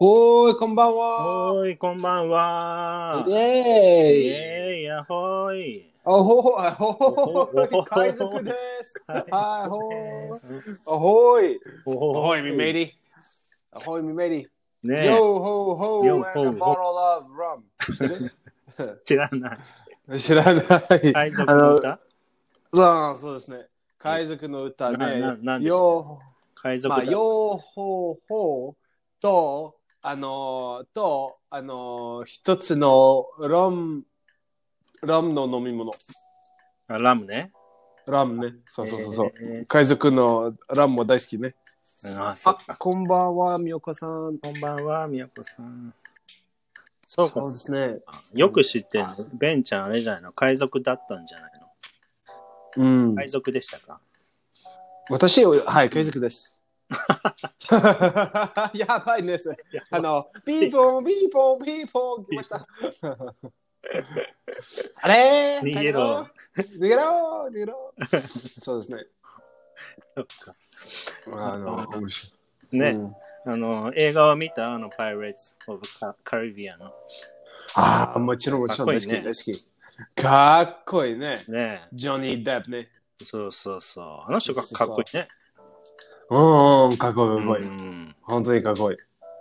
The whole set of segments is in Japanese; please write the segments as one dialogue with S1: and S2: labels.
S1: おーい、こんばんは。
S2: おーい、こんばんは
S1: イ。ェーイ。
S2: えい、やっほーい。
S1: おほーい、おほ
S2: お
S1: ー
S2: ほ
S1: い、海賊です。
S2: はい、ほ
S1: おほーい。
S2: ー
S3: we made it.
S1: Ahoy, mi matey.
S2: い。ね
S1: Yo
S2: え、
S1: ho ho,
S2: Yo
S1: where's
S2: ho
S1: a
S2: ho.
S1: bottle of rum? 知って
S2: 知らない。
S1: る 知らない。
S2: 海賊
S1: あ
S2: の
S1: の
S2: 歌
S1: そうそうですね。海賊の歌ね。
S2: なななんでした
S1: よ
S2: 海
S1: う、
S2: 賊
S1: まあ、
S2: だ。
S1: ようほうほうと、あのー、と、あのー、一つのロム、ロムの飲み物。
S2: あラムね。
S1: ラムね。そうそうそうそう。
S2: え
S1: 海賊のラムも大好きね。
S2: ーあ、そ
S1: あ
S2: っか。、
S1: こんばんは、みよこさん。
S2: こんばんは、みやこさん。そうか
S1: そうですね。
S2: よく知ってんの。ベンちゃん、あれじゃないの海賊だったんじゃないの
S1: うん。
S2: 海賊でしたか
S1: 私、はい、海賊です。 やばいね。それあの、ピーポン、ピーポン、ピーポン、来ました。 あれ
S2: 逃げろ。
S1: 逃げろ逃げろそうですね。
S2: そっか
S1: あの、
S2: ね
S1: う、ん
S2: あの、映画を見たあの、パイレーツ・オブ・カリビアンの。
S1: ああ、もちろん、もちろん、
S2: かっ
S1: 大好き、
S2: こいいね
S1: 大好き。かっこいいね。
S2: ね
S1: ジョニー・デップね。
S2: そうそうそう。あの人がかっこいいね。
S1: うんうん、かっこいい、かっこいい。
S2: うん。
S1: 本当にかっこいい。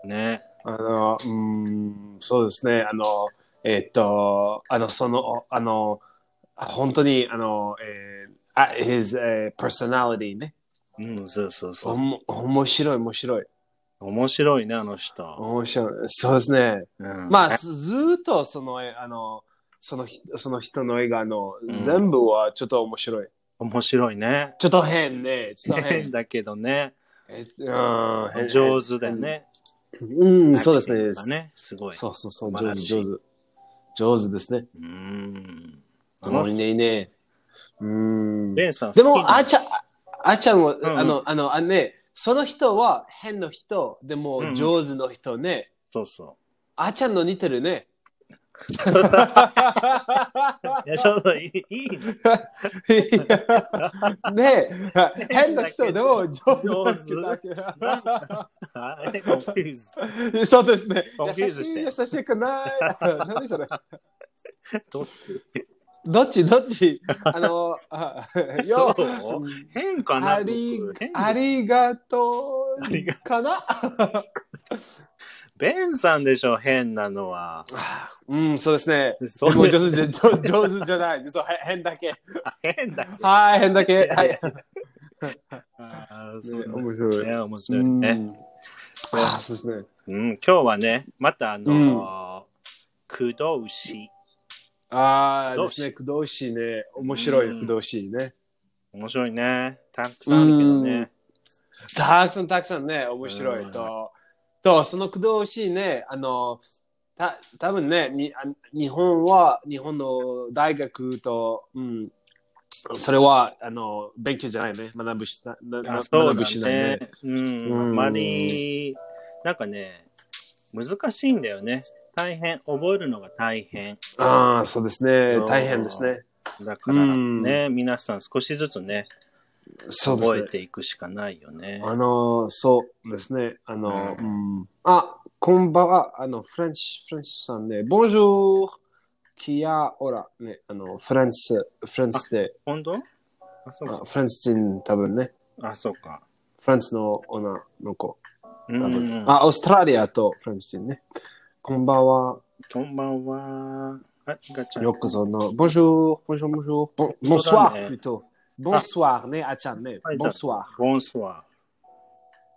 S2: ね
S1: あの、うーん、そうですね。あの、えっと、あの、その、あの、本当に、あの、えーあ his、えー personality ね。
S2: うん、そうそうそ
S1: お
S2: う。
S1: も面白い、面白い。
S2: 面白いね、あの人。
S1: 面白い。そうですね。
S2: うん
S1: まあ、ずずーっとその、えあの、その人その人の映画の
S2: ん
S1: 全部はちょっと面白い。
S2: 面白いね。
S1: ちょっと変ね。ちょっと
S2: 変
S1: 変。
S2: だけどね。
S1: えうん、変
S2: 上手だよね。
S1: うん、そうですね。
S2: ね。すごい。
S1: そうそうそう、
S2: 素晴
S1: 上
S2: ら
S1: 手、
S2: しい
S1: 上手。上手ですね。
S2: うん。あ
S1: あの
S2: の
S1: いいね、いいね。うん。
S2: ベ
S1: で
S2: ンさん、
S1: も、あー
S2: ち
S1: ちゃん、あーちゃんも、
S2: んうん
S1: あの、あの、あのね、その人は変の人、で
S2: うんう
S1: も
S2: ん
S1: 上手の人ね。
S2: そうそ
S1: あーちゃんの似てる ね。
S2: う。いや、ちょうどいい、いいね。
S1: ね変の人でも上
S2: 上
S1: 手
S2: 手
S1: だ
S2: だ
S1: け
S2: あれ、コンフュー ズ。
S1: そうですね。
S2: コンフュ
S1: 優
S2: ーズ
S1: し
S2: し
S1: い、
S2: て
S1: 優しくない。 何それ。
S2: どっち
S1: どっち、どっち。あの、 あ
S2: そ
S1: よ
S2: う変かな
S1: あり
S2: 僕変
S1: ありがと
S2: あり
S1: うかな
S2: ベンさんでしょ、変なのは。
S1: うん、そうですね。
S2: そ
S1: でも
S2: うです
S1: 上手じゃ上上手じゃない。そうへ変だけ。
S2: あ変だけど。
S1: はい、変だけ。はい。
S2: あーそう
S1: ね
S2: ね
S1: 面白い
S2: ね面白
S1: う
S2: い
S1: ん
S2: ね。
S1: あーそうですね。
S2: うん、今日はね、またあ
S1: うん
S2: のー、工藤氏。
S1: ああ、
S2: ど
S1: で
S2: う
S1: す
S2: し
S1: ね。駆動詞ね。面白
S2: う
S1: い
S2: ん
S1: 駆動詞ね。
S2: 面白いね。たくさんあるけどね。
S1: たくさんたくさんね、面白いと。と、その駆動詞ね、あの、た多分ねにあ、日本は、日本の大学と、うん、それは、あの、勉強じゃないね。学ぶし、なな
S2: あ
S1: な
S2: そう
S1: 学ぶ
S2: だ
S1: しない
S2: ね
S1: ね。。
S2: うん、
S1: うん
S2: あんまり、なんかね、難しいんだよね。大変、覚えるのが大変。
S1: ああ、そうですね
S2: そ。う
S1: 大変ですね。
S2: だから
S1: うん
S2: ね、皆さん少しずつね、
S1: そうです
S2: 覚
S1: ね
S2: え。ていくしかないよね。
S1: あの、そうですね。あの、うん、あ、こんばんは。あの、フレンチ、フレンチさんね。Bonjour! キアオラ。ね、あの、フランス、フランスで、
S2: 本当あ、そう
S1: あ
S2: か。
S1: フランス人多分ね。
S2: あ、そうか。
S1: フランスの女の子。
S2: う
S1: 多分
S2: ん、
S1: あ、オーストラリアとフランス人ね。こんばんは。
S2: こんばんは。あ、いがちゃん。
S1: よくぞの。Bonjour! Bonjour! Bonjour! Bon, bonsoir! プと。Bonsoir! ね、あちゃんね
S2: は。いじゃあ
S1: Bonsoir!
S2: ボンスワ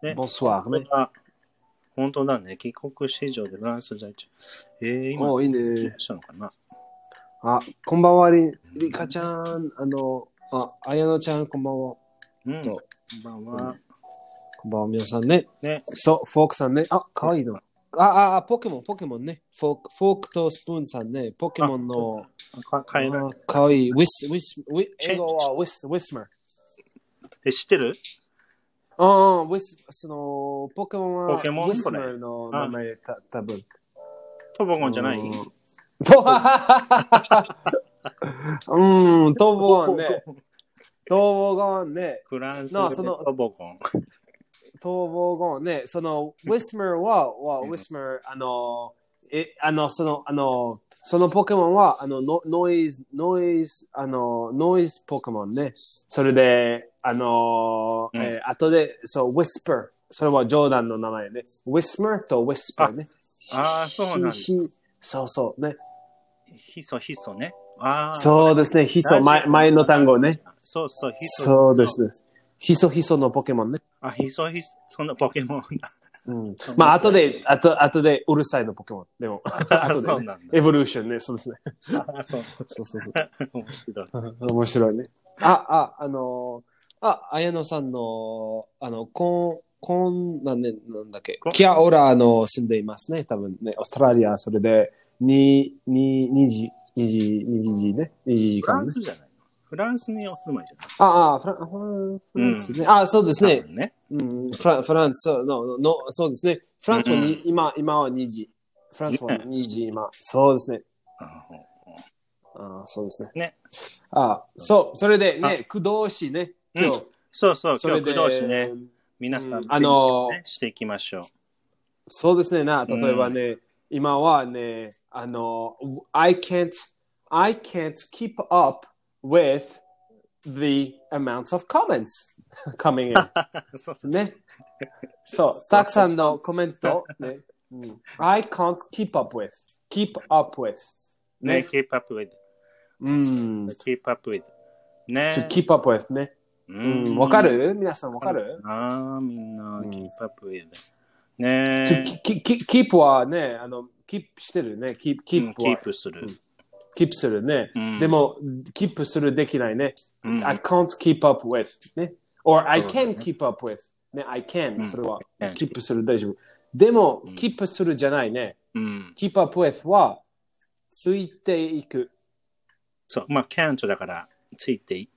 S2: ー。ね
S1: Bonsoir! ね。
S2: あ本当だね。帰国市場でフランス在中。えー、今、
S1: おーいいね
S2: いらっしゃるのかな
S1: あ、こんばんは、り、りかちゃん。あの、あ、あやのちゃん、こんばんは。
S2: うん。
S1: そ
S2: こ
S1: うん
S2: ばんは。
S1: こんばんは、皆さんね。
S2: ね。
S1: そう、フォークさんね。あ、かわいいの。あ、あ、あポケモン、ポケモンね。フォーク、フォークとスプーンさんね。ポケモンの
S2: か変えられ
S1: あ
S2: る
S1: ーかわいい。ウィス、ウィス、ウィ
S2: チェン
S1: 英語はウィス、ウィスマー。
S2: え、知ってる
S1: ああ、ウィス、その、ポケモンは
S2: ポケモン
S1: ウィスマ
S2: こ
S1: ーの名前、た多分
S2: トボゴンじゃない
S1: うん と、うん、トボゴンね。トボゴンね。
S2: フランス
S1: な
S2: 語
S1: あ
S2: で
S1: その
S2: トボ ゴン。
S1: トボゴンね。その、ウィスマーは、はウィスマー、あの、え、あの、その、あの、そのポケモンは、あの、ノノイズ、ノイズ、あの、ノイズポケモンね。それで、あの、
S2: うん
S1: えー後で、そう、ウィスパー。それはジョーダンの名前ね。ウィスマーとウィスパーね。
S2: ああー、そうなんだ。
S1: ひひそうそうね。
S2: ヒソヒソね。ああ。
S1: そうですね。ヒソ、前前の単語ね。。
S2: そうそう、ヒソ。
S1: そうです
S2: ね。
S1: ね。ヒソヒソのポケモンね。
S2: あ、ヒソヒソ、そのポケモンだ。
S1: うん、 まあ、後で、あと、後で、うるさいのポケモン。でも、
S2: あ
S1: 後
S2: そ
S1: で、
S2: う
S1: ね、
S2: なんだ。
S1: エボリューションね。そうですね。
S2: あそう。
S1: そうそうそう。
S2: 面白い。
S1: 面白いね。あ、あ、あのーあ、綾野さんの、あの、こん、こんなんね、なんだっけ
S2: こん、
S1: キアオラの住んでいますね、多分ね、オーストラリア、それで、に、に、2時、2時、2時ね、2時時
S2: フラ
S1: 間
S2: ン
S1: ね。
S2: スじゃないのフランスにお住まいじゃない
S1: ああ、フランフランスね。あそうです
S2: 多
S1: ね。
S2: 分ね。
S1: うん、フランフランスそうのの、そうですね。フランスもに、
S2: う
S1: 今、今は2時。フランスも2時、今。そうですね。
S2: あ
S1: あそうですね。
S2: ね。
S1: あそう、それでね、工藤氏ね、
S2: うん
S1: 今日。
S2: そうそう、
S1: そ
S2: 今
S1: れ
S2: 日、
S1: で、
S2: 駆動士ね、皆さん、
S1: あの
S2: ね、していきましょう。
S1: そうですねな、
S2: うん
S1: 例えばね、今はね、あの、I can't, I can't keep up with the amounts of comments coming in.
S2: そうそう
S1: ね。そう、たくさんのコメント。ね。うん、I can't keep up with. keep up with.
S2: ね、
S1: ね。
S2: keep up with,
S1: うん。
S2: keep up with. ね。
S1: to keep up with ね。
S2: う
S1: うん。わかる皆さんわかる
S2: ああ、みんな、
S1: ん
S2: keep up with. ね
S1: to keep, keep, keep はね、あの、keep してるね。keep,
S2: う
S1: keep
S2: ん
S1: は
S2: keep する。
S1: keep するね。
S2: うん
S1: でも、keep するできないね。
S2: うん
S1: I can't keep up with ね。or I
S2: そうだね
S1: can keep up with ね。I
S2: う
S1: can
S2: ん
S1: それは
S2: can
S1: keep する大丈夫。でも
S2: うん、
S1: keep するじゃないね。
S2: うん。
S1: keep up with は、ついてい く。
S2: そう、まあ、can't だから、ついてい、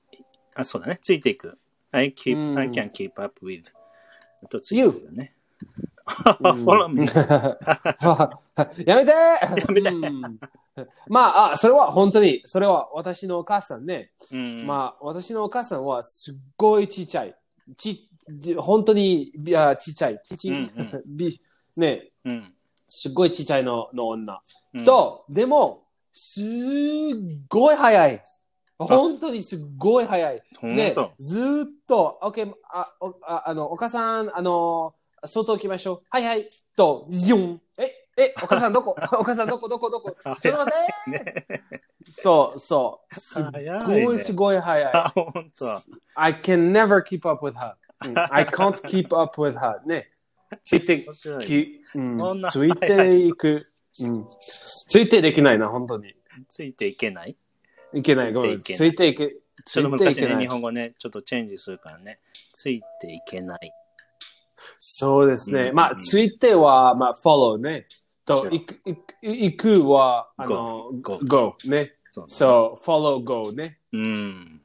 S2: あ、そうだね、ついていく。I keep,、
S1: うん
S2: I can keep up with. あと、つい
S1: You
S2: ていくだね。follow me.
S1: やめて
S2: やめて
S1: うんまああ、それは本当に、それは私のお母さんね。
S2: う ん、
S1: まあ、私のお母さんはすっごいちっちゃい。ち、じ本当に、いや、ちっちゃい。ちち、
S2: うんうん
S1: びね、
S2: うん。
S1: すっごいちっちゃいのの女。
S2: う ん、
S1: と、でも、すっごい早い。本当にすっごい早い。
S2: ほん
S1: ね
S2: と、
S1: ずーっと、OK、あ、お、ああの、お母さん、あの、外行きましょう。はいはい。と、ジュン。え、え、お母さん どこお母さんどこどこどこちょっと待って
S2: ね。
S1: そう、そう。すっ
S2: 早い、
S1: ごい
S2: ね。
S1: すごい早い。
S2: あ、ほんと。
S1: I can never keep up with her. うん I can't keep up with her. ね。ついて
S2: 面、白い。
S1: きう
S2: そん
S1: ん、
S2: な
S1: ついていく。うん。ついてできないな、本当に。
S2: ついていけない
S1: いけない、ごめん。
S2: つ
S1: ついていけ、つ
S2: ちょっと
S1: いて
S2: 難
S1: い
S2: しい
S1: け
S2: ね。
S1: な
S2: 日
S1: い。
S2: 本語ね、ちょっとチェンジするからね。ついていけない。
S1: そうです
S2: うんうん
S1: ね。
S2: うん
S1: まあ、ついては、まあ、follow ね。と、
S2: そう
S1: 行く、行く行くは、あの、
S2: go
S1: go, ね。
S2: そうだね
S1: そう、follow go ね。
S2: うん。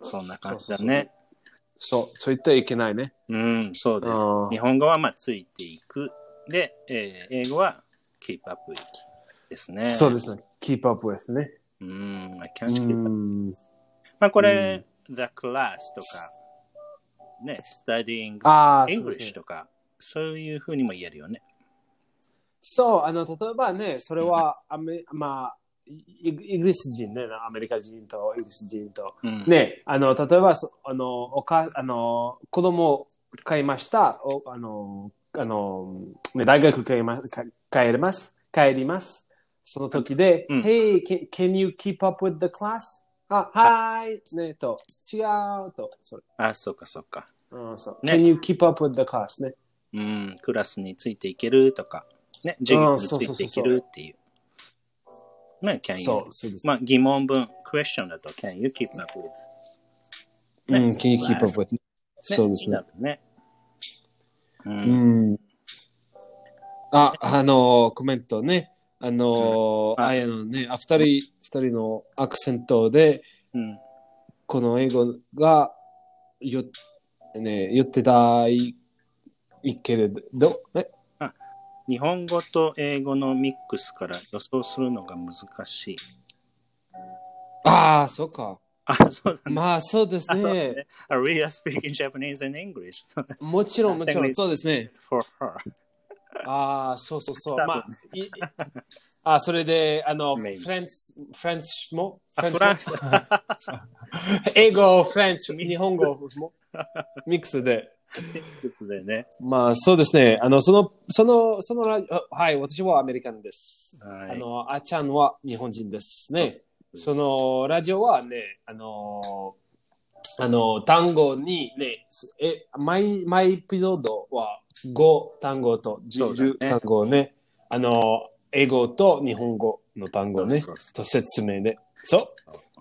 S2: そんな感じだ
S1: そうそう
S2: ね。
S1: そう、ついてはいけないね。
S2: うん、そうです。
S1: あー
S2: 日本語はまあついていく。で、えー英語は keep up with ですね。
S1: そうですね。keep up with ね。
S2: うん、I
S1: う
S2: can't keep up.
S1: ん。
S2: まあこれ、the class とか、ね、studying
S1: ああ、そうですね
S2: English とか、そういうふうにも言えるよね。
S1: そう、あの、例えばね、それは、アメ、まあ、イイギリス人ね、アメリカ人とイギリス人と。
S2: うん、
S1: ね、あの、例えば、そあの、おか、あの、子供を買いました。おあの、あの、ね、大学買いま、か帰ります。帰ります。その時で、
S2: うん
S1: Hey, can, can you keep up with the class? あ、はーい。ね、と、違うと、それ。
S2: あ、そうかそうか。
S1: うん、そう。
S2: ね
S1: Can you keep up with the class? ね。
S2: うん、クラスについていけるとか、ね、授業についていけるっていう。ね、can you?
S1: そう、そうです。
S2: まあ疑問文、question だと、can you keep up with?
S1: うん、Can you keep up with? そうですね。
S2: いいだろうね。う。
S1: うんん。あ、あのーコメントね。あのー、
S2: うん
S1: あやのね、あ二人、二人のアクセントで、
S2: うん。
S1: この英語がよ、ね、言ってたいけれど、え
S2: 日本語と英語のミックスから予想するのが難しい。
S1: ああ、そうか。
S2: あ、そうだね。
S1: まあ、そうです
S2: あ、そうだ
S1: ね。
S2: ね。I really speaking Japanese and English. そうだね
S1: もちろん、もちろん、
S2: Japanese
S1: そうですね。
S2: For her.
S1: ああ、そうそうそう。
S2: 多分
S1: まあ、いいあそれで、あの、フ
S2: Maybe
S1: レンチ、フレンチも
S2: あ
S1: フ
S2: フラ
S1: レ
S2: ン
S1: ン
S2: ス
S1: チも。英語、フレンチ、
S2: ミックス
S1: 日本語も。ミックスで。
S2: だよね。
S1: まあ、そうですね。あの、その、その、そのラジオ、はい、私はアメリカンです。
S2: は
S1: あ
S2: い。
S1: の、あちゃんは日本人ですね。
S2: うん
S1: その、ラジオはね、あの、あの、単語にね、すえ、毎、毎エピソードは5単語と
S2: そうだね
S1: 10単語ね。あの、英語と日本語の単語ね
S2: そうそう。
S1: と説明で。そう。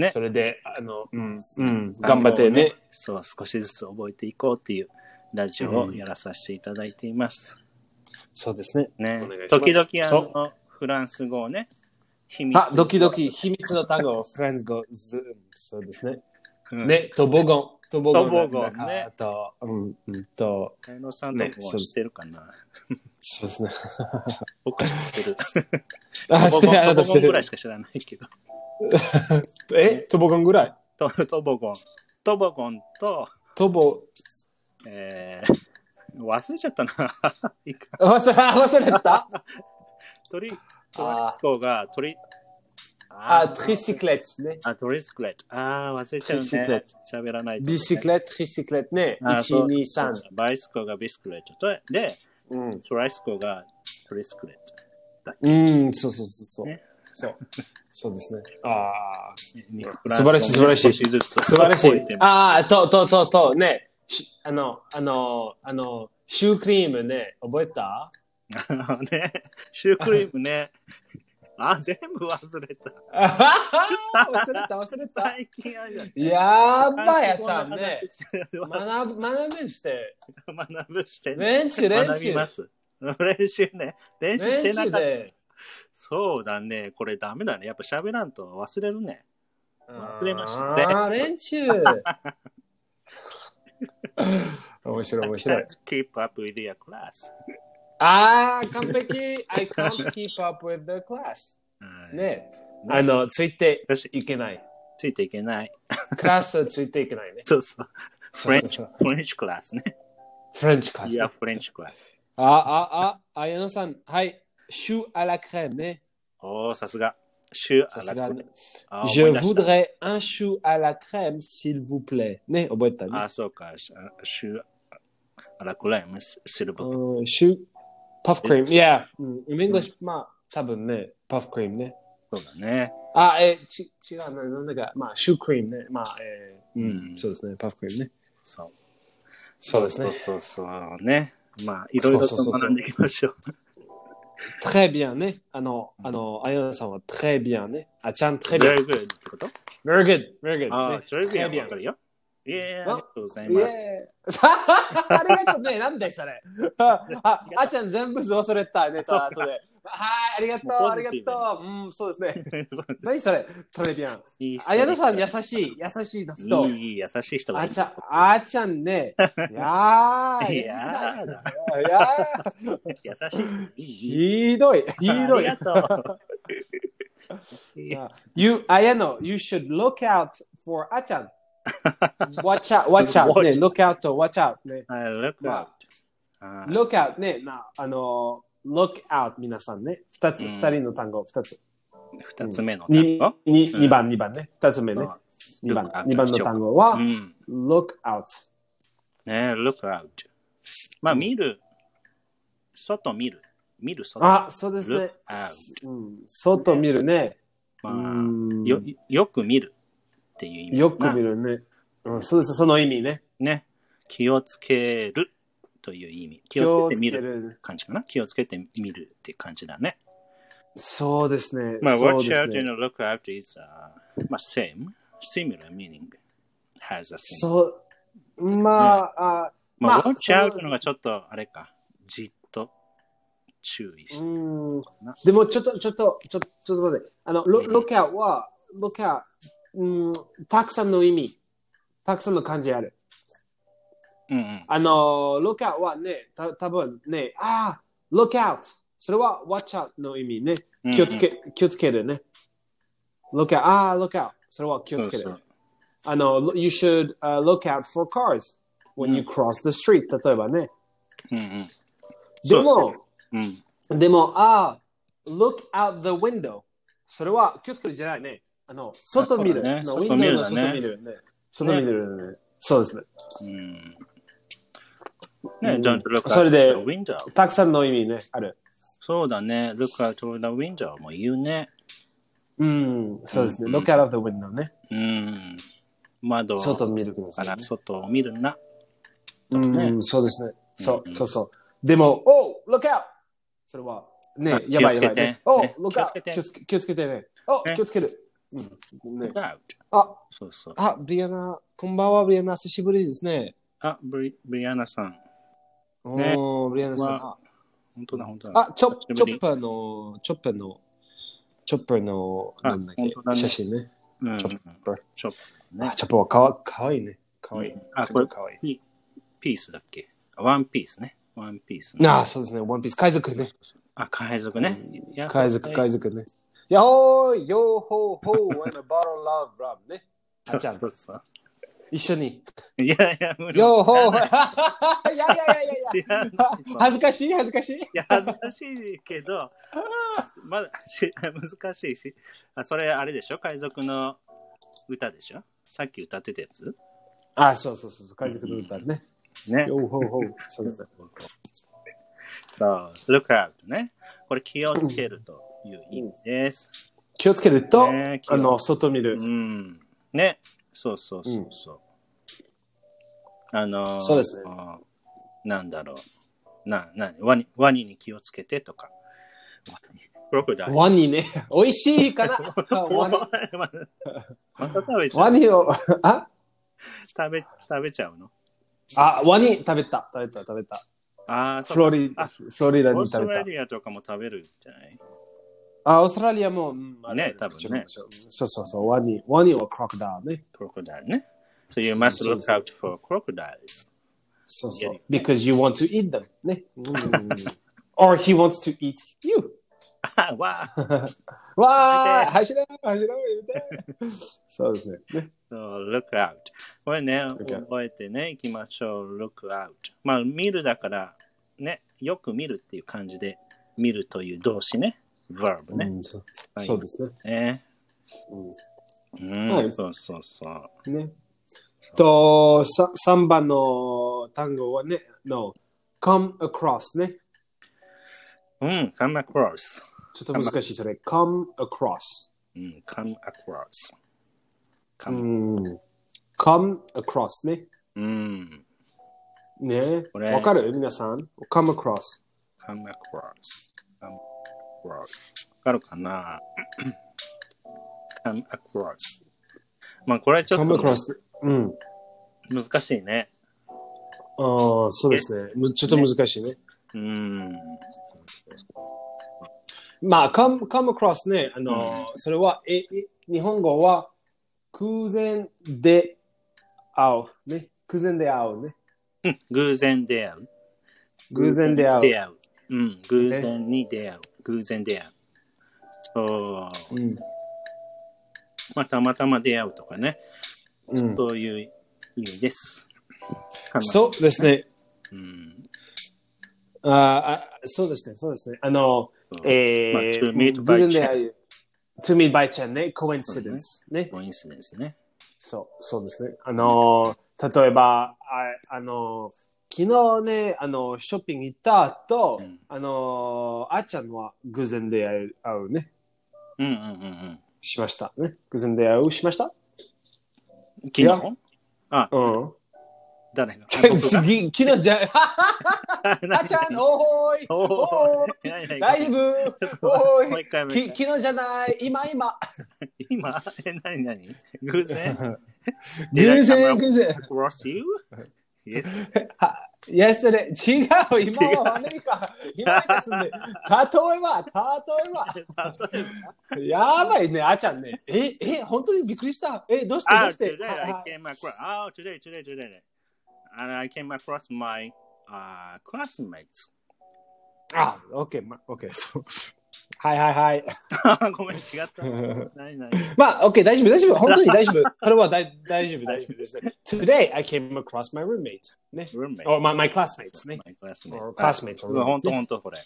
S2: ね
S1: それで、あの、うん、うん、頑張ってね。。
S2: そう、少しずつ覚えていこうっていうラジオをやらさせていただいています。
S1: そうですね。
S2: ね
S1: お願いしま
S2: 時
S1: す
S2: 々
S1: そう
S2: あの、フランス語をね、秘密
S1: あ、ドキドキ、秘密の単語、フレンズ語、ズーム、そうですね。
S2: うん
S1: ね、トボゴン、トボゴン、
S2: トボゴンね
S1: なんかと、うん、うんと、
S2: 綾野さんとか
S1: ねそう
S2: は
S1: です
S2: してるかな、
S1: そうですね。
S2: 僕は知ってる。
S1: あ、してる、あ
S2: ト
S1: なた
S2: ボゴントボ
S1: し
S2: ゴ
S1: て
S2: ンぐらい
S1: る
S2: し。か知らないけど。
S1: え、トボゴンぐらい
S2: トトボゴン。トボゴンと、
S1: トボ、
S2: えー、忘れちゃったな。 いいか
S1: 忘れ、忘れた
S2: トリ、トリスコがトリ、
S1: あ、トリシクレットね。
S2: あ、トリスクレット。ああ、忘れちゃう
S1: トリシクレッ
S2: ね。喋らないとね。
S1: ビシクレット、トリシクレットね。
S2: あーそ
S1: 1、
S2: う
S1: 2、3。
S2: そうバイスコがビスクレットと。で、
S1: うん、
S2: トライスコがトリスクレット。
S1: うん、そうそうそうそう
S2: ね。
S1: そう。そうですね。ああ、
S2: フ
S1: 素
S2: ラ
S1: 晴
S2: ン
S1: らしい、素晴らし
S2: ス語も
S1: い
S2: 少。ずつ
S1: 素晴らし
S2: 覚
S1: い
S2: えて。ま
S1: ああ、と、と、と、と、ね。しあの、あの、あの、シュークリームね、覚えた
S2: すあのね、シュークリームね。あ、全部忘れた。
S1: あはは忘れた、忘れた。
S2: 最近あるよね。
S1: やばいやつあん ね。
S2: 学
S1: 学ぶ、学ぶして。
S2: 学ぶしてね。
S1: 練習、練
S2: 学
S1: 習
S2: び。ます。練習ね。練習して
S1: 練
S2: な
S1: 習
S2: かった。
S1: で。
S2: そうだね。これダメだね。やっぱ喋らんと忘れるね。忘れましたね
S1: ああ、練 習。面白い、面白い。
S2: Keep up with your class。
S1: ああ、完璧。I can't keep up with the class.
S2: はい。
S1: ね。あの、ついて
S2: 私
S1: いけない。
S2: ついていけない。
S1: クラスはついていけないね。
S2: そうそう。フレンチ、
S1: そうそう
S2: フレンチクラスね。
S1: フレンチクラ
S2: い
S1: ス、
S2: や、
S1: ね。
S2: フレンチクラス。
S1: あ、あ、あ、あやのさん、はい。シューアラクレームね。
S2: おー、さすが。週
S1: さすが、ね。
S2: あ、思
S1: Je
S2: い出した
S1: voudrais un chou à la crème, s'il vous plaît. ね、覚えたね。
S2: あ、そうか。週、あらくらいもするぶ。
S1: うん、シュー、パフクリーム。いや、うん、in Mm, English、まあ、多分ね、パフクリームね。
S2: そうだね。
S1: あ、え、ち、違うな、なんだか、まあ、シュークリームね。まあ、えー
S2: うん
S1: そうですね、パフクリームね。
S2: そう。
S1: そうですね。
S2: そうそうそうね。まあ、いろいろと
S1: そうそうそうそう
S2: 学んでいきましょう。
S1: très bien Ah, ね。あの、あの、あやなさんは très bien ね。あちゃん très bien。
S2: very good ってこと
S1: Very good, very good.
S2: あ
S1: ね、
S2: very
S1: Ah, très
S2: good わ
S1: bien
S2: かるよ。いえ、あり
S1: あ
S2: がとうござ
S1: イ
S2: い
S1: エー
S2: ます。
S1: イありがとうね。なんだよ、そ れ。あ、ああちゃん全部忘れたね、と後 で。はい、ありがとう、
S2: もう
S1: あ
S2: ポ
S1: り
S2: ジ
S1: が
S2: ティブ
S1: とう。うん、そう ですね。何それトレビアン。
S2: いい人
S1: あやのさん、優しい、優しいの人。
S2: いい、いい優しい人がい
S1: あ
S2: い。
S1: ちゃん、あちゃん ね。いやー、
S2: いやー
S1: いや
S2: 優しい人
S1: ー、。
S2: いい
S1: ひどい、ひどい
S2: あ。りがとう。いや
S1: You, あやの、you should look out for あちゃ ん。watch out, watch out. ね、look out と watch out ね。
S2: あ look
S1: ま
S2: out. あ
S1: look out ね、な、あの、look out 皆さんね。二つ、
S2: うん
S1: 二人の単語、二つ。
S2: 二つ目の単
S1: に
S2: 語。
S1: に
S2: うん
S1: 二番、二番ね。二つ目ね。二番
S2: look out。
S1: 二番の単語
S2: う
S1: は、
S2: ん。
S1: look out。
S2: ね look out。まあ、
S1: うん
S2: 見る。外見る。見る外。
S1: あ、そうですね
S2: Look out。
S1: うん外見るね。
S2: ま
S1: うん
S2: あ、よ、よく見るっていう意味。
S1: よく見
S2: る。
S1: るね。うん、そうです、その意味ね。
S2: ね。気をつけるという意味。気
S1: 気
S2: を
S1: を
S2: つけて
S1: つ
S2: 見
S1: け
S2: る
S1: る。
S2: 感じかな。気をつけて見るっていう感じだね。
S1: そうですね。
S2: まあ、
S1: そう
S2: watch
S1: です
S2: out
S1: ね。
S2: and look out is, uh, まあ、same, similar meaning has a same.
S1: そう、まあ、あ
S2: ま
S1: ま
S2: あ、
S1: あ
S2: watch out
S1: そう
S2: のがちょっとあれか、じっと、注意して。
S1: うんでもちょっと、ちょっと、ちょっと、ちょっと待って。あの、ロロケアは、ロケア、うん、たくさんの意味、たくさんの漢字ある。
S2: うんうん。
S1: あの、ロケアはね、た多分ね、ああ、look out! それは watch out の意味ね。気をつけ、気をつけるね。look out! ああ、look out! それは気をつける。
S2: そうそう
S1: あの、you should、uh, look out for cars when you cross the street、例えばね。
S2: うんうん。
S1: で
S2: そうそ
S1: も
S2: う、うん。
S1: でも、ああ、look out the window。それは気をつけるじゃないね。あの、外見る。
S2: そうだね
S1: あの
S2: 外見る
S1: window の外見るね。外見るね。そうですね。
S2: うん
S1: う
S2: ね、
S1: ん
S2: ジョンとルカ
S1: それで
S2: ウィンジャー。
S1: たくさんの意味ね、ある。
S2: そうだね。ルカとラウィンジャーも言うね。
S1: うん、そうですね。look out of the window ね。
S2: うん。窓
S1: 外見るくだ
S2: か
S1: さいね
S2: ら。外を見るな。
S1: うん、そうですね。そうう、
S2: ん
S1: そうそう。でも、oh, look out! それは、ね
S2: あ、
S1: やばい
S2: 気を
S1: や
S2: つけ
S1: ば
S2: て
S1: いね。
S2: ね
S1: oh, look
S2: 気をつけ
S1: out!
S2: て
S1: 気をつけ気をつけてね。oh,
S2: ね
S1: 気をつける。うんね
S2: Look out
S1: あ、
S2: そうそう。
S1: あ、ブリアナ、こんばんは、ブリアナ、久しぶりですね。
S2: あ、ブリブリアナさん。ね
S1: おー、ブリアナさん。
S2: わ本当だ、本当だ。
S1: あ、チョ
S2: 久し
S1: チ
S2: ぶ
S1: ョ
S2: り
S1: ッパーの、チョッパーの、チョッパーの、
S2: あ
S1: なんだっけ
S2: 本当だ、ね
S1: 写真ね。
S2: うん、
S1: チョッパー。
S2: チョッね
S1: あ、チョッパーはかわかわいいね。かわいい
S2: うん。あ
S1: すごいかわいい。
S2: ピピースだっけあワンピースね。ワンピース、ね。
S1: あ、そうですね、ワンピース。海賊ね。
S2: あ、海賊ね。や
S1: 海賊、海賊ね。やほー、よーほーほー、and a bottle of rum ね。あちゃん
S2: そ、うそう
S1: 一緒に。
S2: いやいや、無理。
S1: よーほーほ ー。いやいやいやいや
S2: 知
S1: い
S2: ら ない
S1: や。 恥ずかしい、恥ずかしい。
S2: いや、恥ずかしいけど、まだし難しいし、あそれあれでしょ海賊の歌でしょさっき歌ってたやつ
S1: あ、そうそうそうそう、海賊の歌ね。
S2: ね
S1: よ。ーほーほー。そうですね。
S2: そう、look out ね。これ気をつけるという意味です。
S1: 気をつけると、
S2: ね気を
S1: あの、外見る
S2: う。ん。ね。そうそうそうそう。あのー
S1: そうですね
S2: あーなんだろう。な、なにワニ、ワニに気をつけてとか。ワニ。クロコダイル。
S1: ワニね。 美味しいか なワニ。
S2: またまた食べちゃ
S1: ワ
S2: う。
S1: ニを、あ
S2: 食べ、食べちゃうの
S1: あ、ワニ食べた、食べた、食べた。
S2: ああ、そ
S1: フロ
S2: うか。
S1: リ
S2: あ
S1: フロリダ
S2: オー
S1: に
S2: スト
S1: 食べ
S2: ラ
S1: た。
S2: リアとかも食べるんじゃない
S1: あ、オーストラリアも、うん、ある
S2: ね
S1: ある
S2: 多分ね
S1: そうそうそう、ワニ、ワニはクロコダイルね。
S2: クロコダイルね。So you must
S1: そう
S2: look
S1: そう
S2: out for crocodiles.
S1: そうそ。
S2: いう
S1: because you want to eat them ね。or he wants to eat you.
S2: あわあ
S1: わ
S2: やめ
S1: ー、
S2: て
S1: 走らない、走らない、やめて。そうですね。ね
S2: そう、look out. これね、
S1: Okay.
S2: 覚えてね、いきましょう。look out. まあ、見るだから、ね、よく見るっていう感じで、見るという動詞ね。verb ね。
S1: うんそうそうですね。
S2: ね
S1: う
S2: うん、
S1: はい
S2: そうそうそう。
S1: んね。と、さ3番の単語はね、no, come across ね。
S2: うん、come across。
S1: ちょっと難しい、それ。come across。
S2: うん、come across。
S1: う
S2: come。
S1: ん。come across ね。
S2: うん、
S1: ね
S2: これ
S1: わかる皆さん。come across。
S2: come across。come across。わかるかな come across。まあ、これはちょっ
S1: come
S2: と
S1: across。うん。
S2: 難しいね。
S1: ああ、そうですね。むちょっと難しいね。
S2: うん。
S1: まあ、come, come across ね。あの、
S2: うん
S1: それは、え、え、日本語は、偶然で会う。ね。偶然で会うね。
S2: うん偶然出会う。
S1: 偶然で会う。
S2: 出会う。うん、偶然に出会う。偶然出会う。そう。
S1: うん。
S2: まあ、たまたま出会うとかね。
S1: うん、
S2: そういう意味です。
S1: そうですね。
S2: うん。
S1: あーあ、そうですね。そうですね。あの、
S2: そう
S1: えー、
S2: まあ to meet by
S1: 偶然で会う。to meet by chance ね。coincidence ね。
S2: コインシデンスね。
S1: そう、そうですね。あのー、例えば、ああのー、昨日ね、あのー、ショッピング行った後、
S2: うん
S1: あのー、あっちゃんは偶然出会う会うね、
S2: うんうんうん
S1: しました。ね。偶然出会うしました
S2: うん。
S1: いや
S2: 昨日あ、
S1: うん。
S2: 誰が
S1: 次、昨日じ ゃ、あっちゃん、おーい
S2: おー
S1: おー
S2: いやいや
S1: いライブお
S2: もう
S1: ーい
S2: 一回もう
S1: き
S2: 一回
S1: 昨日じゃない今今
S2: 今 え、なになに偶然
S1: 偶然偶然
S2: cross you?Yes.
S1: は yesterday 違う今はアメリカ今はですね例えば例えばやばいねあちゃんねええ本当にびっくりしたえどうしてど
S2: Ah,
S1: うして
S2: today
S1: はい
S2: I
S1: はい
S2: came across. Oh, today, today, today. And I came across my uh, classmates.
S1: あ OK ま OK そうはいはいはい
S2: ごめん、違った。 何何
S1: まあ OK 大丈夫大丈夫本当に大丈夫それは大大丈夫大丈夫ですね Today I came across my roommate ね
S2: roommate.
S1: or my my classmates ね
S2: My classmate.
S1: Or classmates or
S2: うわ本当
S1: roommates ね
S2: 本当これ。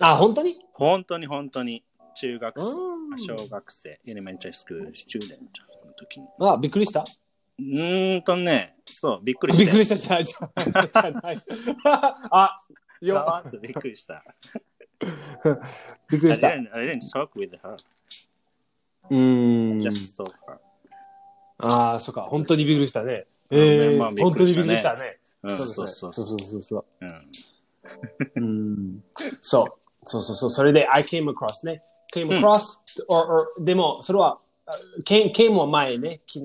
S1: あ本当に
S2: 本当に本当に中学生、
S1: うん
S2: 小学生、elementary school student の時に。
S1: あびっくりした
S2: うーんとね、そう、びっくり
S1: びっ
S2: し
S1: く
S2: た。
S1: りしたじゃあじゃあじゃない あ
S2: ざ
S1: よ
S2: わっとびっくりした。
S1: びっ
S2: I
S1: くりした
S2: didn't, I didn't talk with her,
S1: うーん
S2: just so far.
S1: ああ、そうか、本当にびっくりしたね。
S2: うん
S1: ええ
S2: まあびっ
S1: 本
S2: く
S1: 当
S2: り
S1: に
S2: したね
S1: びっくりしたね。
S2: うん、そう
S1: です
S2: そ
S1: ね
S2: うそう。
S1: そうそうそう。
S2: うん
S1: うんそうそうそうそう。それで、I came across ね。came across、or, or でも、それは、あ came, came は前ね。昨日、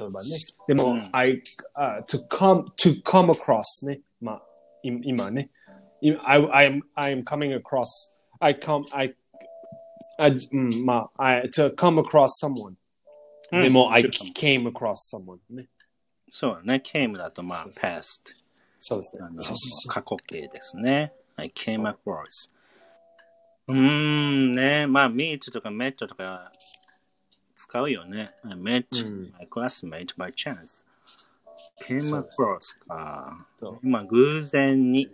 S1: 例えばね。でも、
S2: うん
S1: I、uh, to come, to come across ね。まあ、い今ね。今 I, I, am, I am coming across. I come, I, I うん、まあ、I, to come across someone.
S2: うん
S1: でも、I
S2: ちょっと
S1: came across someone ね。
S2: そうね、came だとまあ
S1: そう、そう
S2: past。
S1: そうですね
S2: あ。の
S1: そうそうそう。
S2: 過去形ですね。I came across. うーんね、まあ、meet とか met とか使うよね。I met
S1: うん
S2: my classmate by chance. Came
S1: そうです
S2: across か
S1: そう。
S2: 今、偶然に。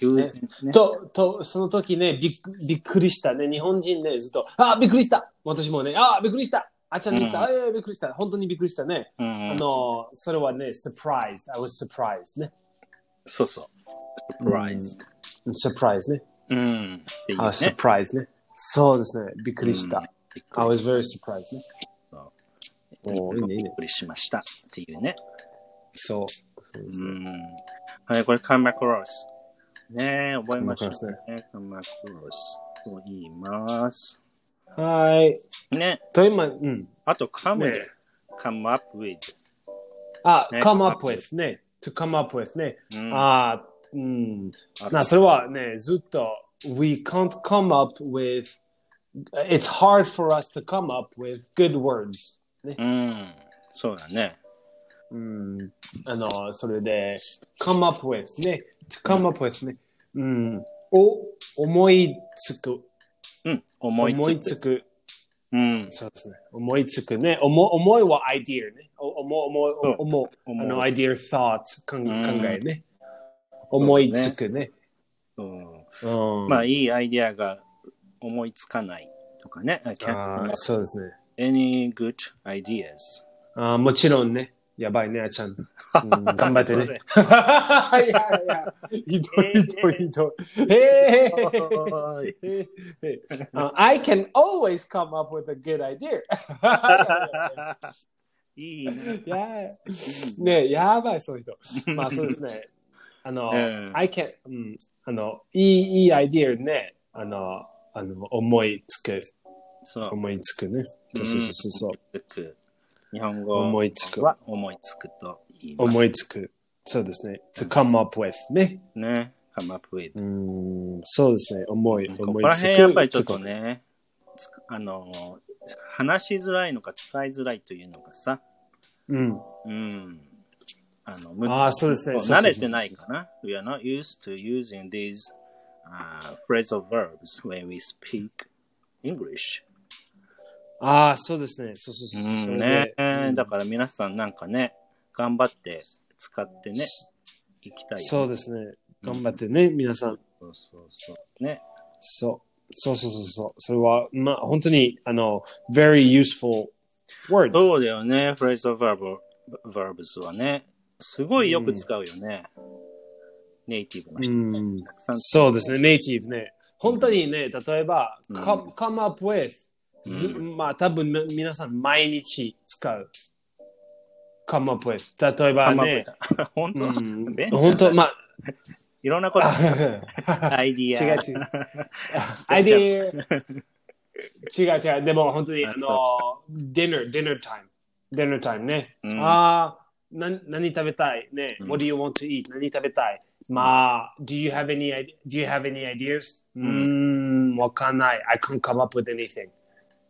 S2: 偶然ね。
S1: と、と、その時ね、びっくびっくりしたね。日本人ね、ずっと、あーびっくりした私もね、あーびっくりしたあちゃんに言った、あーびっくりした本当にびっくりしたね。
S2: うん
S1: あの、それはね、surprised. I was surprised ね。
S2: そうそう。surprised。
S1: surprise ね。
S2: うん。っていう
S1: I
S2: ね
S1: was surprised ね。そうですね、びっくりした。
S2: うんびっく
S1: I
S2: り
S1: was very surprised ね。
S2: そう
S1: おーいいねいい
S2: び
S1: ね
S2: っくりしました。っていうね。
S1: そう。そうで
S2: う
S1: すね。
S2: ん。はい、これ、カムアクロス。ねえ、覚えましょ
S1: Come
S2: うね。カムアクロスと言います。
S1: はい。
S2: ね、
S1: と今、うん。
S2: あと、カム
S1: ね
S2: で、カムアップウィズ。
S1: あ、
S2: ね
S1: come up with ね。to come up with ね。
S2: うん
S1: あーうん。
S2: あ
S1: なそれはね、ずっと、We can't come up with, it's hard for us to come up with good words. ね
S2: うん、そうだね。
S1: うん、あの、それで、come up with ね、to come up with mm, ね、うん、を思いつく、
S2: うん、思いつく。
S1: 思いつく、
S2: うん、
S1: そうですね、思いつくね、思思いは idea ね、お思う、思う
S2: そう、
S1: 思う、あ
S2: 思う
S1: の、idea、thought、考
S2: ん
S1: 考えね、思いつくね。
S2: うん
S1: うん
S2: まあ、いいアイディアが思いつかないとかね。I can't
S1: あーそうですね。
S2: any good ideas.
S1: あーもちろんね。やばいね、あちゃん。うん頑張って
S2: それ
S1: ね。いやいや、ひどい、ひどい、ひどい。え
S2: おーい
S1: ーえー あ I can always come up with a good idea.
S2: いいね。
S1: いやねやばい、そういう人。まあそうですね。あの、
S2: うん
S1: I can、うん、あの、いい、いいアイディアね。あの、あの思いつく、
S2: そう。
S1: 思いつくね。そうそうそうそうそう。
S2: 思いつく。日本語
S1: 思いつく
S2: は思いつくと言います
S1: 思いつく。そうですね。to come up with ね。
S2: ね。come up with。
S1: うーんそうですね、思い、
S2: こ
S1: 思
S2: こ
S1: い
S2: ら
S1: つく。
S2: 辺やっぱりちょっとね、つくあのー、話しづらいのか使いづらいというのが
S1: ちょっ
S2: さ、
S1: と。うん。
S2: うん。あの、む
S1: ああ、そうですね。
S2: こう
S1: そうそう
S2: 慣
S1: そう
S2: れてないかな。We are not used to using these、uh, phrasal verbs when we speak English.
S1: ああ、そうですね。そうそうそうう。それで
S2: ん、ね、だ
S1: か
S2: から皆さんなんかね、頑張って使ってね、いきたい。
S1: そうですね。頑張ってね、皆さん。
S2: そうそうそう。ね。
S1: そう。そうそうそうそう。それは、まあ、本当に、あの、very useful words。
S2: そうだよね、フレーズ verb、verbs はね。すごいよく使うよね。ネイティブの
S1: う
S2: 人ね。
S1: ん。
S2: たくさん使
S1: そうですね、ネイティブね。本当にね、例えば、
S2: うん
S1: come, come up with、ず
S2: う
S1: まあ、多分み皆さん毎日使う。come up with。例えば
S2: う。
S1: ね、
S2: 本当、
S1: うん
S2: ベンチャー
S1: 本当、ま あ、
S2: いろんなこと、アイディ
S1: 違
S2: ア。
S1: う違う。 アイディア。違う違う。でも本当に、あ
S2: あ
S1: の、dinner、dinner time。dinner time ね。
S2: うん
S1: ああ、な何食べたいね、
S2: うん
S1: What do you want to eat? 何食べたいまあ、Do you have any, ide- do you have any ideas? うーん、わかんない。I can't come up with anything.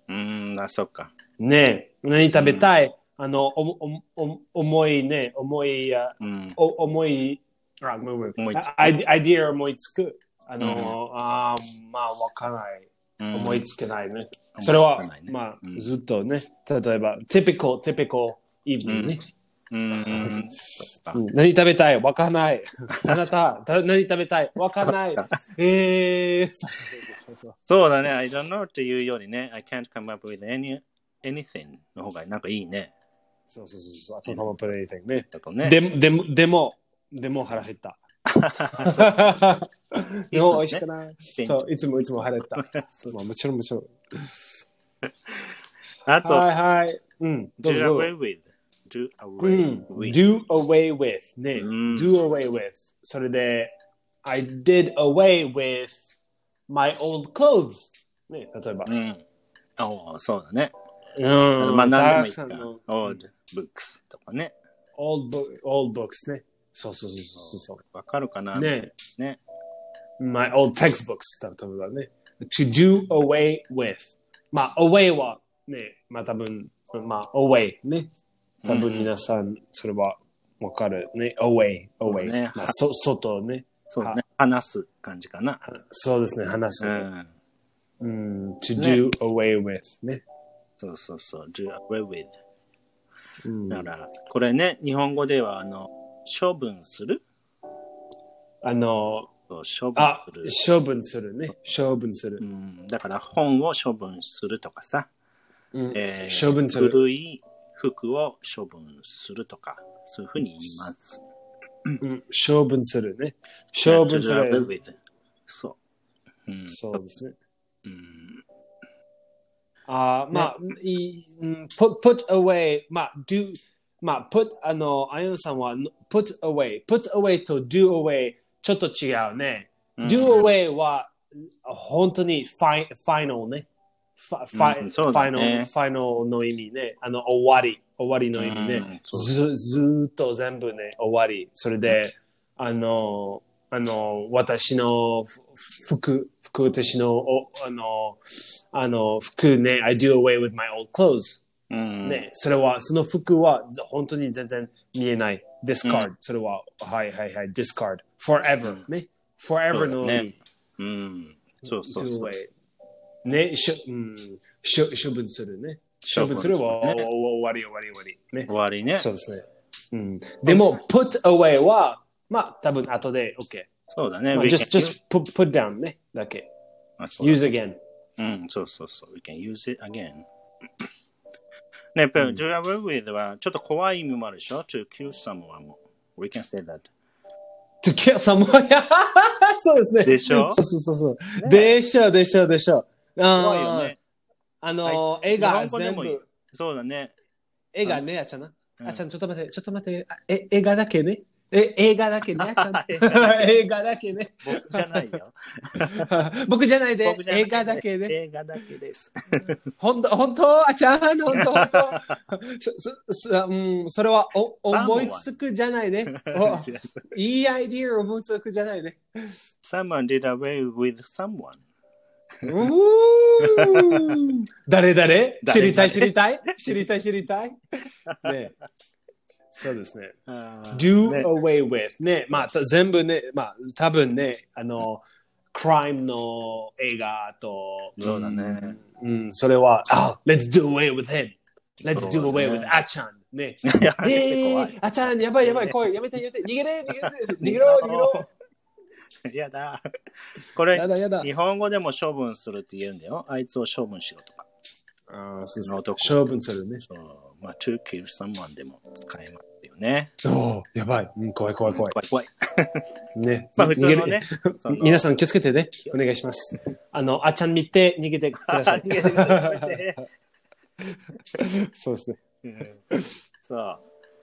S2: うーん、あ、そっか。
S1: ね何食べたい、あの、おおお重いね、重い、あ
S2: うん。
S1: お重い、あ、ごめんごめん
S2: 思いつく
S1: アイアイディア思いつく。あの、あーまあ、わかんない。思いつけないね。
S2: うん
S1: それは、
S2: 思いつかないね
S1: まあ、
S2: うん
S1: ずっとね、例えば、typical, typical evening ね。
S2: うん。うん。そっか
S1: うん何食べたいわかんない。あなた、だ何食べたいわかんない。えー、そうそうそうそう
S2: そうだね。I don't know っていうよりね、I can't come up with any, anything の方がなんかいいね。
S1: そう。そうそうそうそう。I can't come up with anything ね。
S2: だとね。
S1: でも、でも、でも、でも腹減 った。日本美味しくない。そう、いつもいつも腹減った。 まあ、もちろんもちろん。
S2: あと、
S1: はいはい。うん、どう
S2: do
S1: ぞどう
S2: away
S1: ぞ。
S2: with. do
S1: う
S2: away
S1: ん、Hmm. do away
S2: with.
S1: with ね、
S2: うん
S1: do away with それで I did away with my old clothes ね例えば
S2: うん。おーそうだね。
S1: うん
S2: まあ、
S1: た
S2: 何
S1: く
S2: で
S1: さん
S2: もいいか
S1: の。
S2: old books とかね。
S1: old book old books ねそうそうそうそうそう
S2: わかるかな
S1: ね
S2: ね
S1: my old textbooks だ例えばね to do away with まあ away はねまあ多分まあ away ね多分皆さんそれはわかるね away
S2: そう
S1: away
S2: ね
S1: まあそ外ね
S2: そうだね。話す感じかな。
S1: そうですね、話す。
S2: うん。
S1: うん、to do away with ね。
S2: そうそうそう。do away with.
S1: うん
S2: だから、これね、日本語では、あの、処分する
S1: あの、
S2: そう処分
S1: あ
S2: する。、
S1: 処分するね。処分する
S2: う。ん、だから本を処分するとかさ、
S1: うん
S2: えー
S1: 処分する。
S2: 古い服を処分するとか、そういうふうに言います。
S1: うん処分するね。処分す
S2: To do
S1: る。
S2: away with そう。うん、
S1: そうですね。
S2: うん。
S1: あーまあ、いうん put, put away, まあ、do, まあ、put, あの、あやのさんは、put away, put away と do away、ちょっと違うね。do away は、本当にファイ、ファイナルね。ファ、ファイ、
S2: うん
S1: フ
S2: そうで
S1: ァイ
S2: す
S1: ナ
S2: ね
S1: ル、ファイナルの意味ね。あの、終わり、終わりの意味
S2: う
S1: ね
S2: ん。
S1: ず、ずーっと全部ね、終わり。それで、あの、あの、私のふ服、服、私の、おあの、あの、服ね、I do away with my old clothes。
S2: うん、
S1: ね、それは、その服はず本当に全然見えない。discard、それは、はいはいはい、discard。forever、ね。forever の意味、
S2: うん。そうそうそう
S1: do。away ね、しょ、うん、しょ処分するね。処分するは、
S2: ね
S1: おお終わり終わり終わり。ね。
S2: 終わりね。
S1: そうですね。うん、でも、put away は、まあ、多分後で OK。
S2: そうだね。
S1: まあ
S2: We can
S1: just, just put, put down ね。だけ。
S2: あそうだ
S1: use again。
S2: うん、そうそうそう。We can use it again. ね、ペル、do away with はちょっと怖い意味もあるでしょ ?to kill someone も。We can say that.
S1: to kill someone そうですね。
S2: でしょ
S1: そうそうそうそう。でしょ、でしょ、でしょ。
S2: 怖いよ
S1: あー
S2: ね。
S1: あのー、絵
S2: 日
S1: が
S2: 本語で
S1: 全
S2: もいい
S1: 部、。
S2: そうだね。
S1: 絵がね、あちゃんな。
S2: うん
S1: あちゃん、ちょっと待って、ちょっと待って、あえ 映画だけね。え、映画だけね、あちゃん
S2: 映画 だ。
S1: 映画だけね。
S2: 僕じゃないよ。
S1: 僕じゃない で
S2: 僕、じゃない
S1: 映画だけね。
S2: 映画だけです。
S1: 本当、本当、あちゃん、本当、本 当。そ、そ、そうん、それは、お、
S2: 番号は
S1: 思いつくじゃないね。お
S2: 違う
S1: いいアイディア思いつくじゃないね。
S2: someone did away with someone.
S1: うーん誰誰
S2: 誰
S1: 知りたい
S2: 誰
S1: 知りたい知りたい知りたい ねそうですね。
S2: あー
S1: do
S2: ね
S1: away with ね。まあ、た全部ね、まあ、多分ね、あの、クライムの映画と、
S2: そうだね。
S1: うん、それは、あ、let's do away with him. Let's
S2: そ
S1: do
S2: うだね
S1: away with あちゃん。 ね。
S2: い や
S1: え
S2: 怖
S1: ー、あちゃん、やばいやばい、来い、やめてやめて、逃げれ、逃げれ、逃
S2: い
S1: げ ろ、逃げろ。
S2: やだ。これ
S1: や、だやだ。
S2: 日本語でも処分するって言うんだよ。あいつを処分しろとか。
S1: あーそうです
S2: その
S1: ね
S2: 男
S1: 勝負するね。
S2: そう、まあ、to kill someone でも使えますよね。
S1: おお、やばい。うん、怖い怖い怖い。
S2: 怖い怖い。
S1: ね。
S2: まあ、普通の
S1: 逃げ
S2: ね
S1: る。。
S2: その。
S1: 皆さん気をつけてね。お願いします。あの、あちゃん見て逃げてください
S2: 逃げてください
S1: そうですね。
S2: うんそう。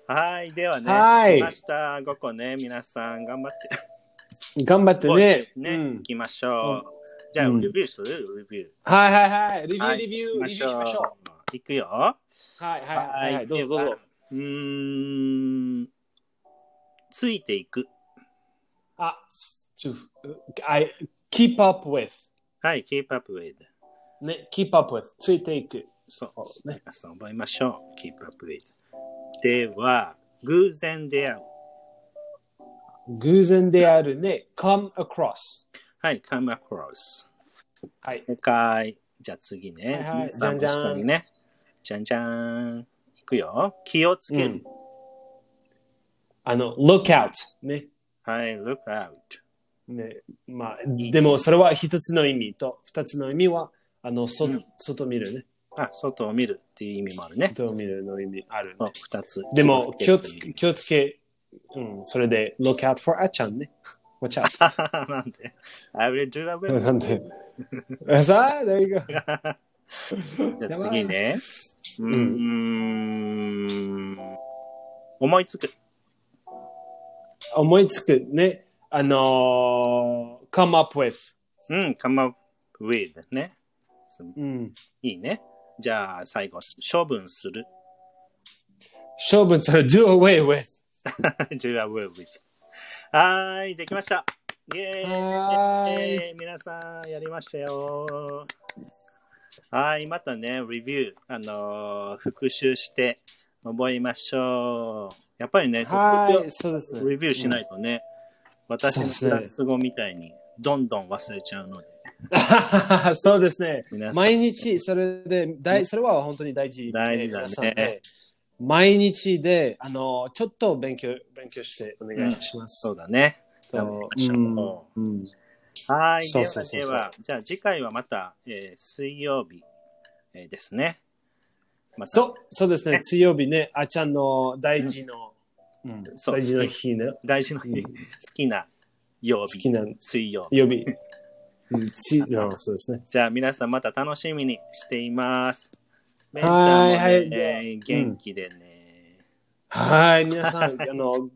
S2: はい、ではね、
S1: はい
S2: 来ました。5個ね、皆さん頑張って。
S1: 頑張ってね。
S2: ね、
S1: う
S2: 行
S1: ん
S2: きましょう。じゃあ、
S1: うん
S2: レビューするレビュー。
S1: はいはいはい。レビュ
S2: は
S1: ー
S2: い
S1: レビュー、レビューしましょ
S2: う。行くよ。
S1: う。はいはいはいはい。どうぞどうぞ。
S2: うーん。ついていく。
S1: あ、to, I keep up with.
S2: はい、keep up with.
S1: ね、keep up with. ついていく。
S2: そう。
S1: ね
S2: 皆さん覚えましょう。keep up with. では、偶然出会う。
S1: 偶然であるね、come across。
S2: はい、come across。
S1: はい。
S2: 了解。じゃあ次ね。
S1: はいはい
S2: 皆さ
S1: じゃんじゃん
S2: も一緒にね。じゃんじゃん。いくよ。気をつける。
S1: あの、look out。ね。
S2: はい、look out。
S1: ね、まあ、
S2: いい
S1: でもそれは一つの意味と、二つの意味は、あの、そ
S2: うん
S1: 外見るね。
S2: あ、外を見るっていう意味もあるね。
S1: 外を見るの意味ある
S2: そう
S1: ね。
S2: 二つ。
S1: でも、気をつ
S2: け
S1: け、
S2: る
S1: 気をつけ、うん、それで、look out for あちゃんね。watch out.
S2: なんで ?I will do a will.
S1: なんで。 さあ、there you go.
S2: じゃあ次ね。うーん。思いつく。
S1: 思いつくね。あのー come up with。
S2: うん、come up with ね。す
S1: うん。
S2: いいね。じゃあ最後、処分する。
S1: 勝負する、do away with。
S2: do a will with. はーい、できました。イェーイ。
S1: はーい
S2: えー皆さん、やりましたよ。はい、またね、レビュー、あのー復習して覚えましょう。やっぱりね、
S1: はい、そうですね。
S2: レビューしないとね、私のフランス語みたいにどんどん忘れちゃうので、
S1: そうですね
S2: 皆。さん
S1: 毎日、それで、だいそれは本当に大事。
S2: 大事だね
S1: 皆さんね毎日で、あの、ちょっと勉強、勉強してお願いします。
S2: そうだね。
S1: と
S2: 頑張りましょう
S1: うん
S2: はい、
S1: そうそうそうそう
S2: ではでは、じゃあ次回はまた、えー水曜日、えーですね。また
S1: そう、そうですね。水曜日ね、あちゃんの大事の、うん
S2: そう
S1: 大事の日ね、好
S2: 大事な日、
S1: うん
S2: 好きな曜日、
S1: きな
S2: 水曜日。
S1: 曜日。うん、ついうんそうですね。
S2: じゃあ皆さんまた楽しみにしています。メンタ
S1: は
S2: も、
S1: い
S2: ね
S1: はい
S2: えー元気でね。
S1: はい、皆さん、あ の、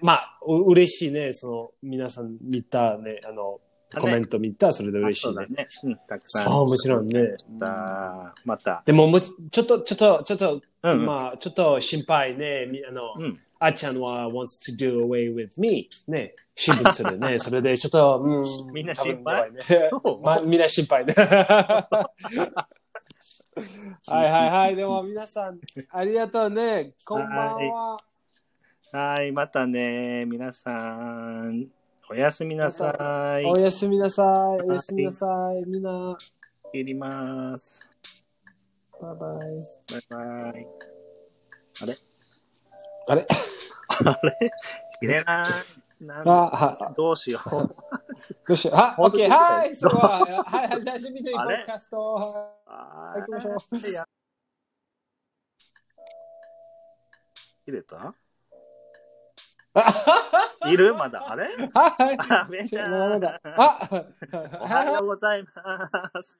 S1: まあ、う嬉しいね。その、皆さん見たね、あの、コメント見た、それで嬉し
S2: あ
S1: い
S2: そうだ
S1: ね。
S2: ね。うん、たくさん。
S1: そう、もちろんね。
S2: また、また。
S1: でももうち、ちょっと、ちょっと、ちょっと、
S2: うんうん
S1: まあ、ちょっと心配ね。みあの、
S2: うん
S1: あっちゃんは wants to do away with me。ね、心配する ね。それで、ちょっと、うん、
S2: みんな
S1: 多分
S2: 心配
S1: やばいね
S2: そう
S1: まあ、みんな心配ね。はいはい はい。でも、皆さん、ありがとうね。こんばんは。
S2: はい、またね。皆さん、おやすみなさい。
S1: おやすみなさい。おやすみなさい。みんな、
S2: 切ります。
S1: バイバイ。
S2: バイバイ。
S1: あれ
S2: あれ切れない。なん
S1: あ、は、
S2: どうしよう。
S1: どうしよう。あ、オッケー。は
S2: 本当
S1: い。それは、はいはい。じゃあ、準備でいいポ
S2: あれ
S1: ッドキャスト。はい
S2: あ
S1: 行きましょう。
S2: ーいや切れたいるまだあれ
S1: はい。
S2: あめちゃ ん
S1: まだまだあ
S2: おはようございます。